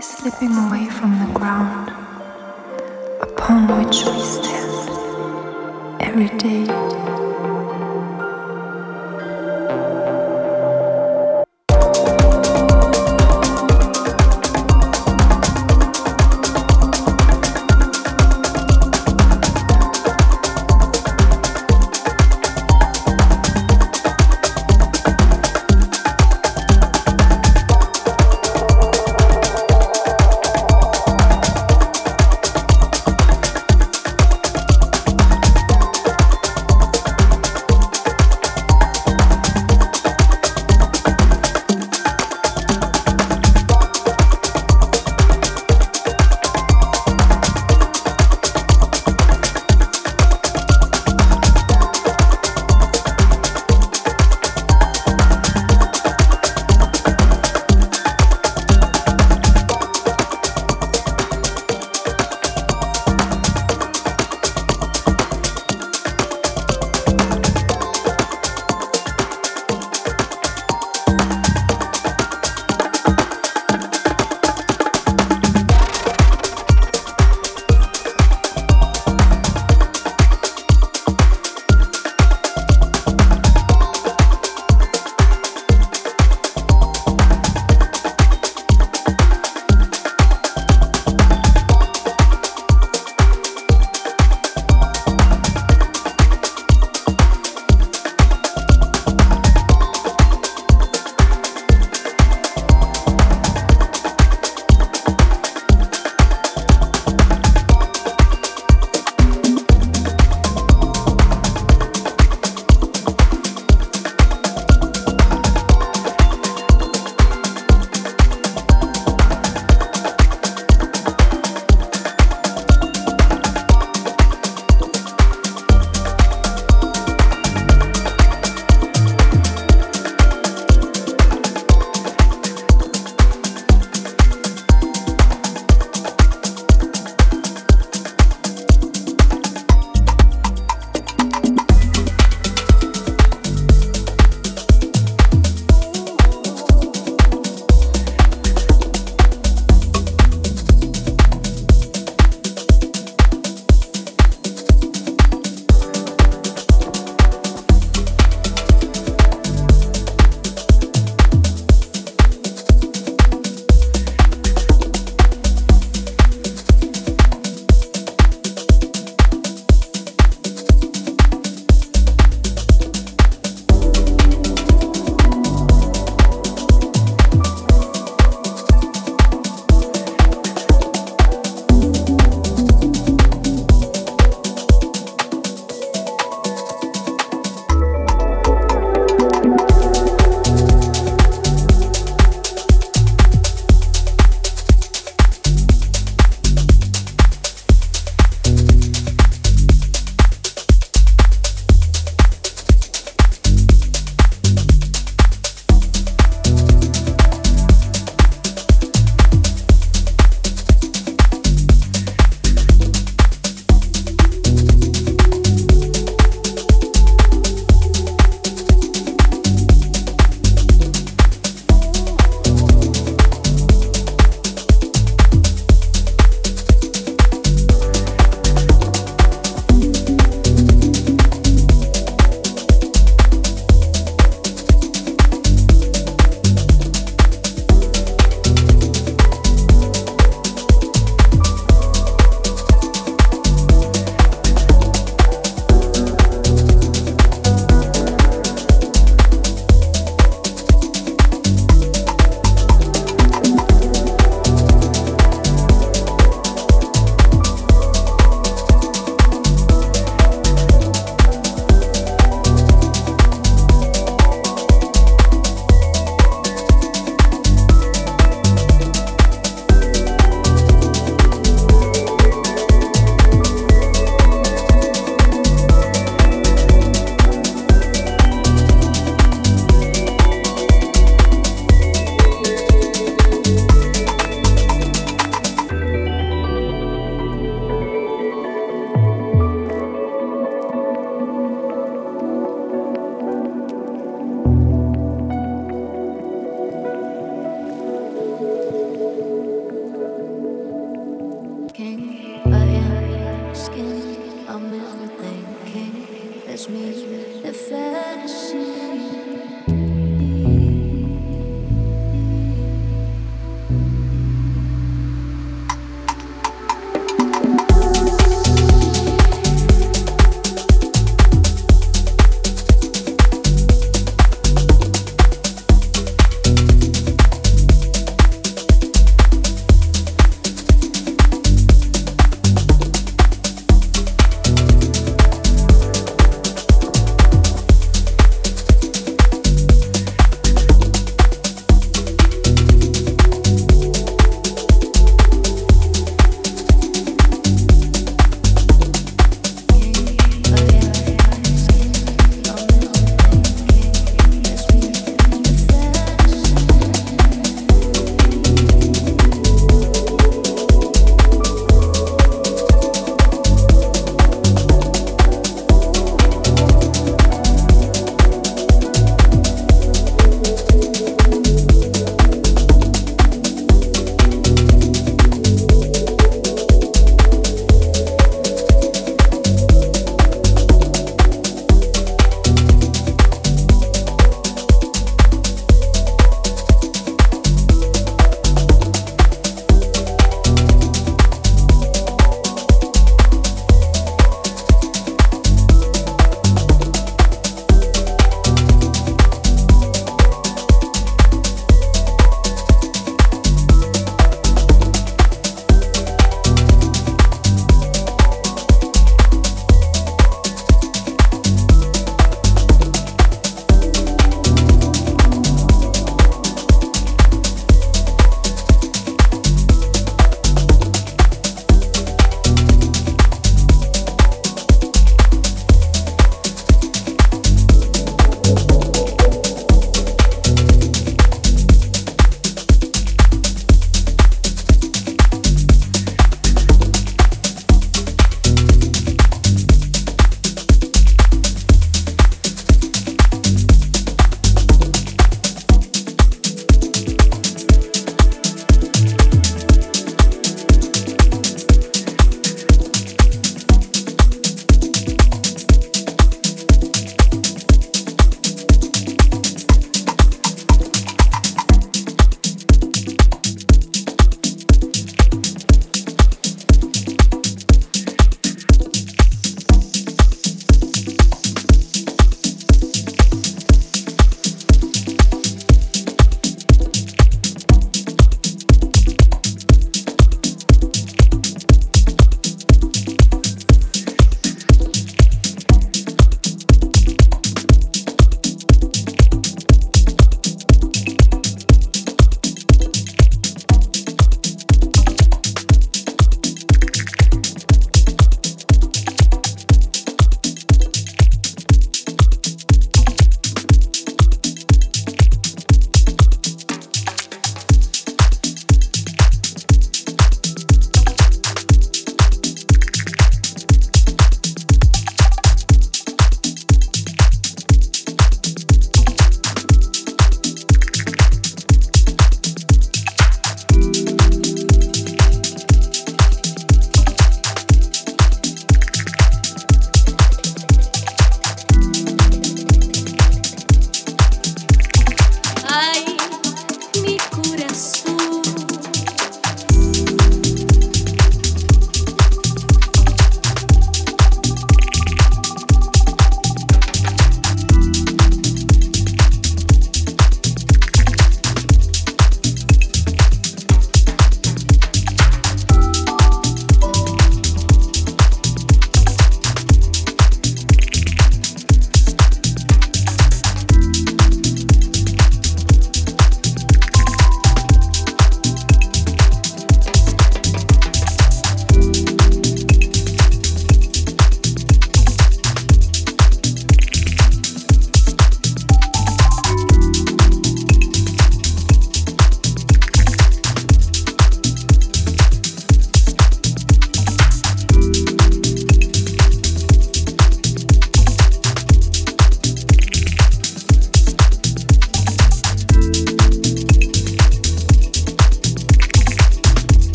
slipping away from the ground upon which we stand every day.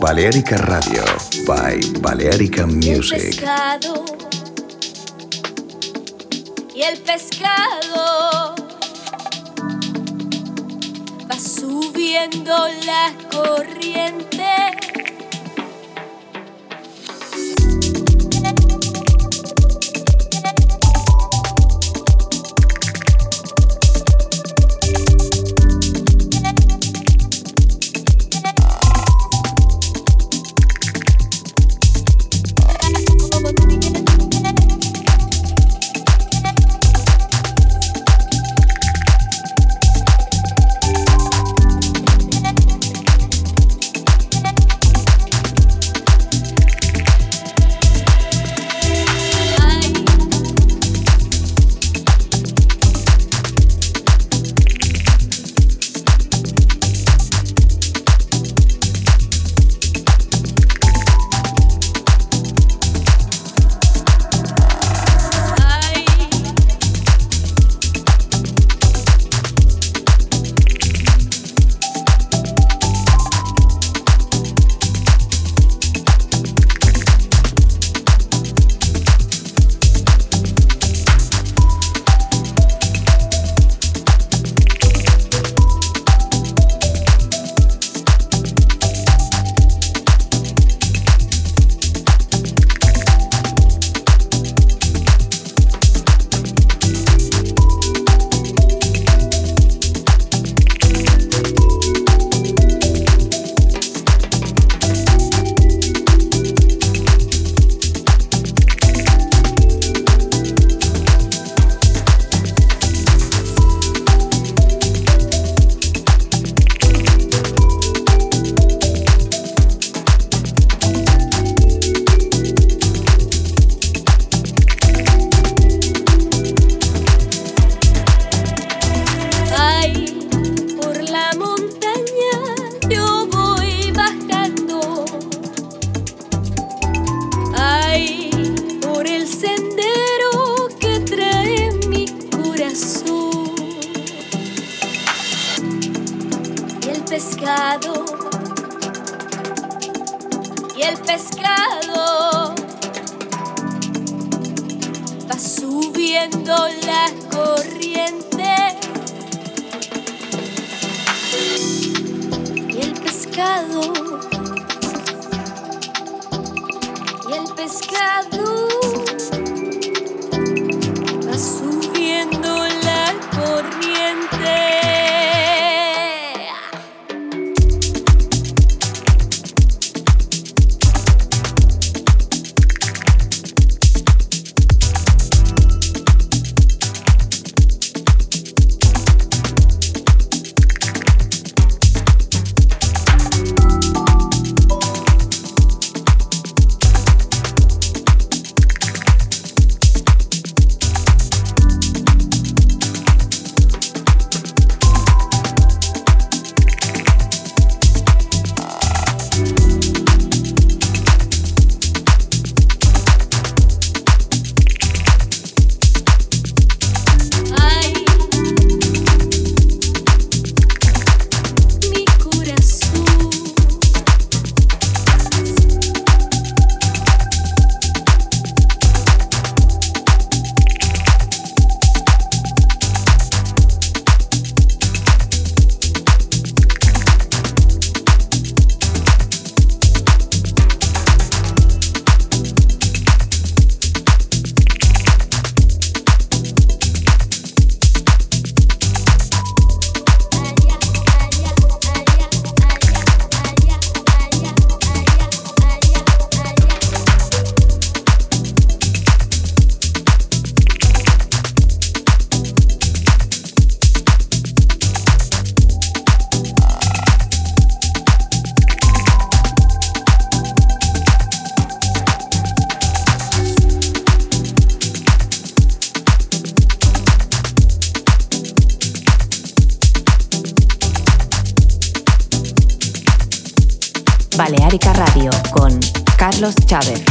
Balearica Radio by Balearica Y el Music. pescado. Y el pescado va subiendo la corriente. Ay, ay. Ay, por la montaña yo voy bajando. Ay, por el sendero que trae mi corazón. Y el pescado. Y el pescado va subiendo la corriente. y el pescado y el pescado va subiendo la corriente ay mi corazón Balearica Radio con Carlos Chávez.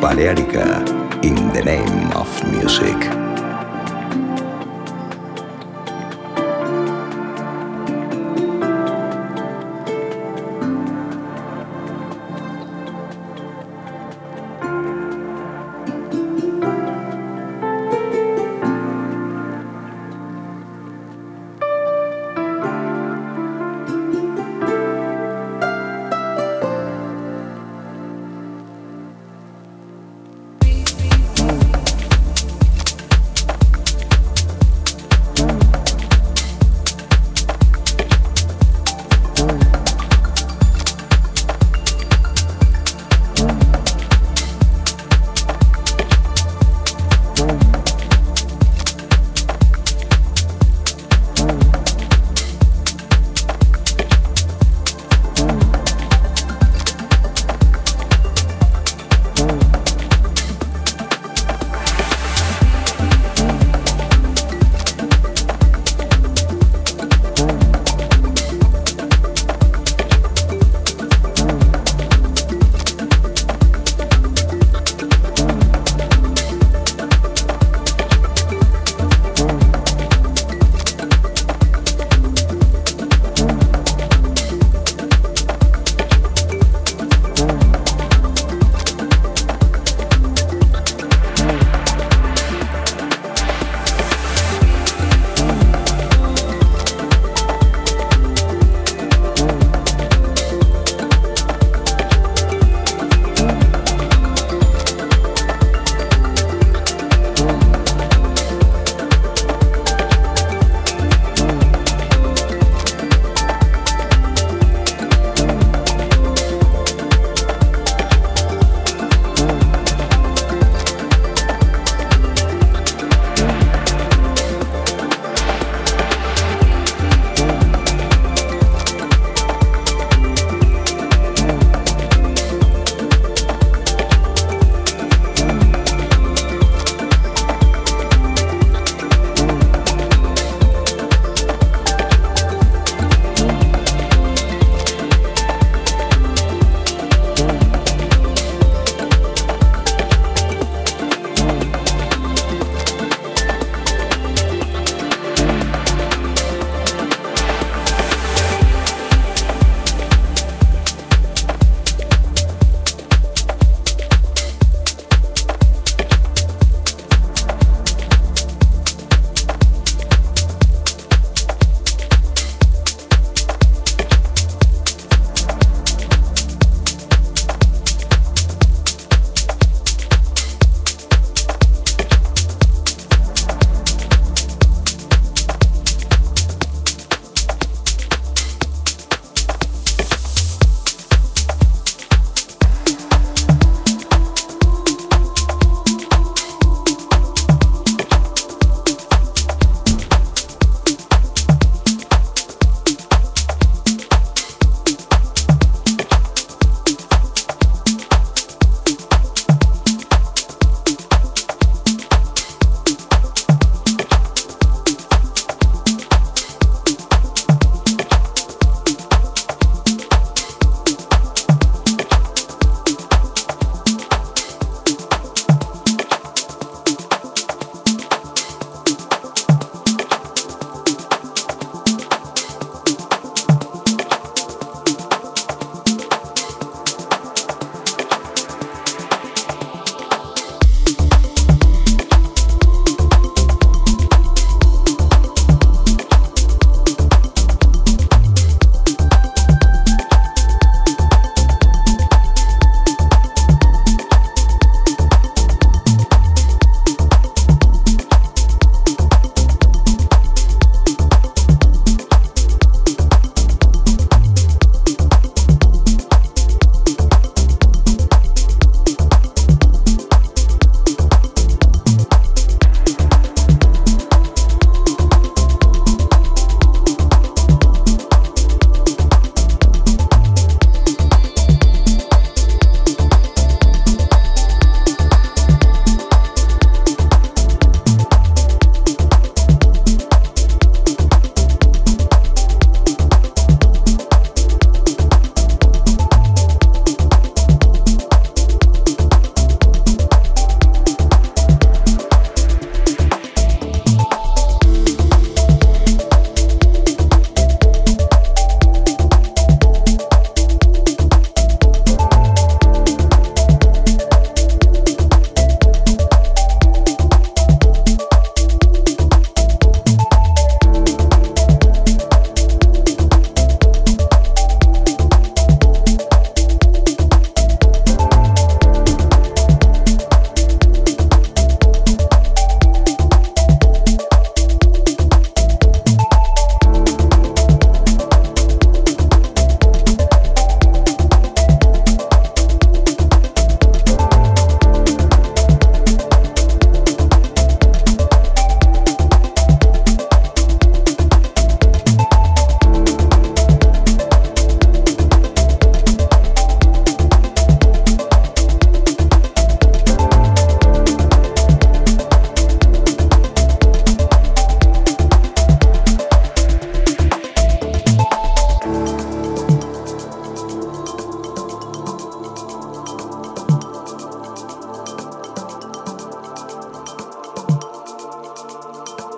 Balearica in the name of music.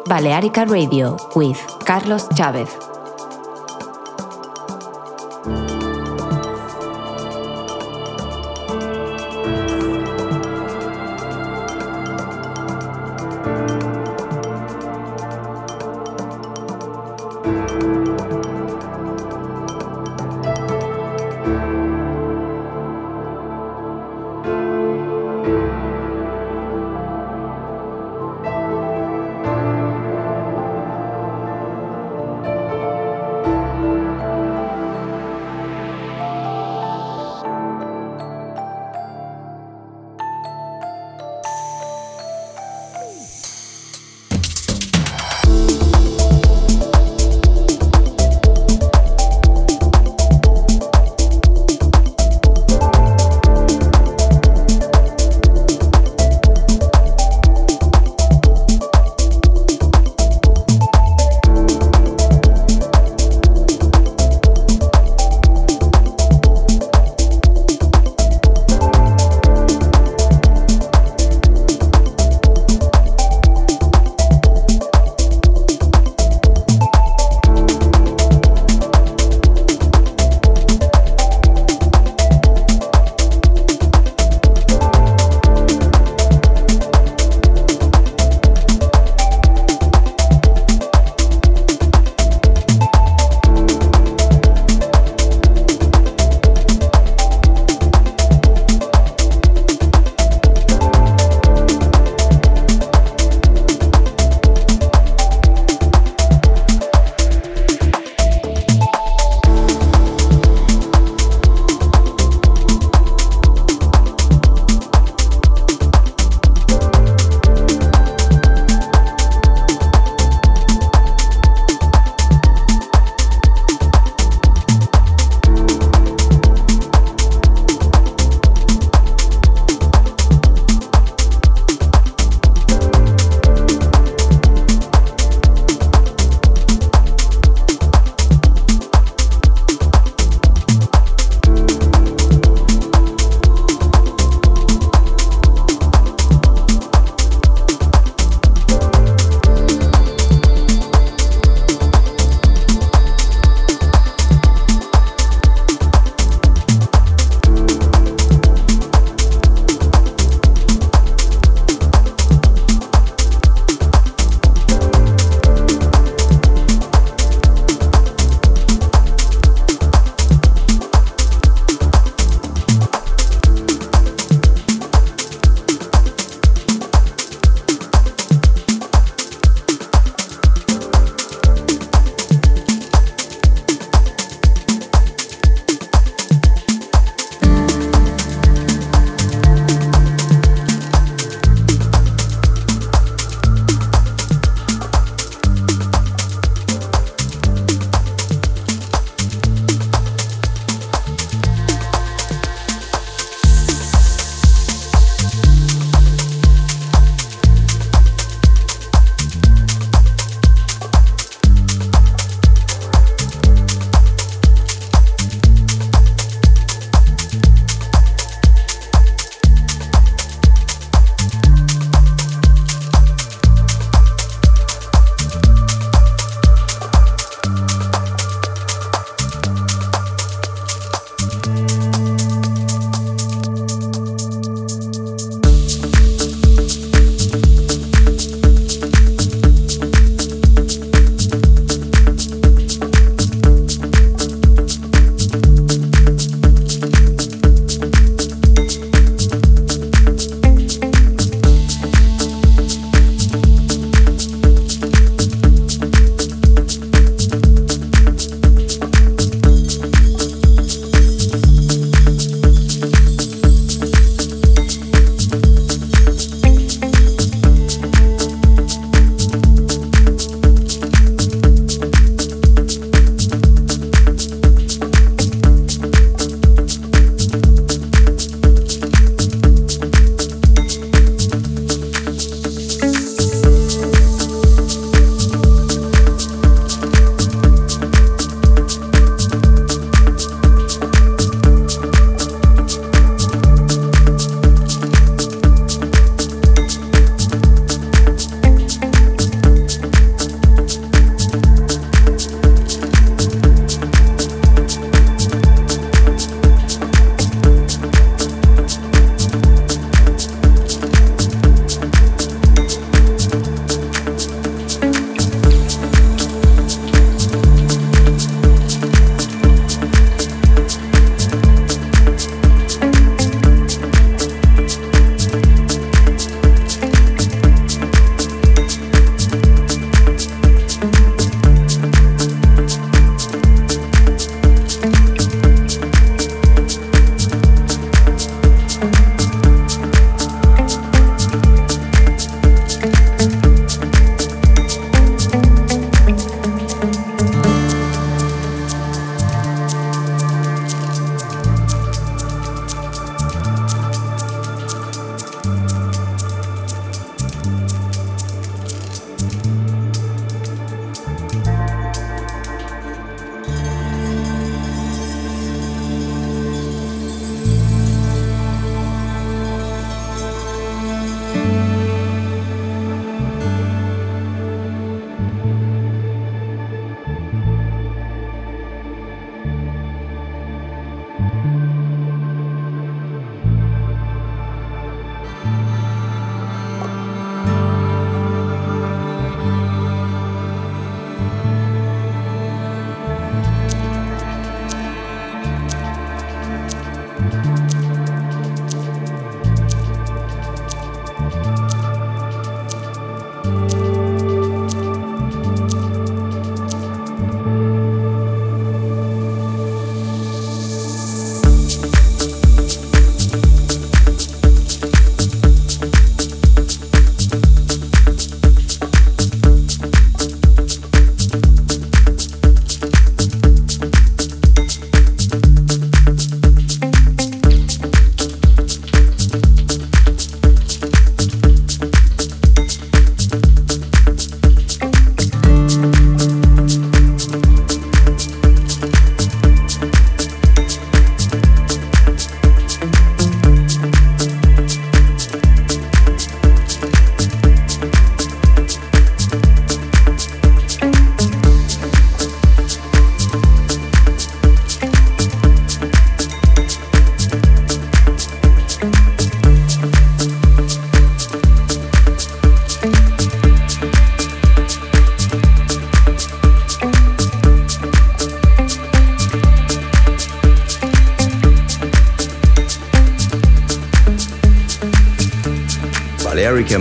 Balearica Radio with Carlos Chávez.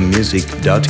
valericamusic.com.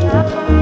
sol.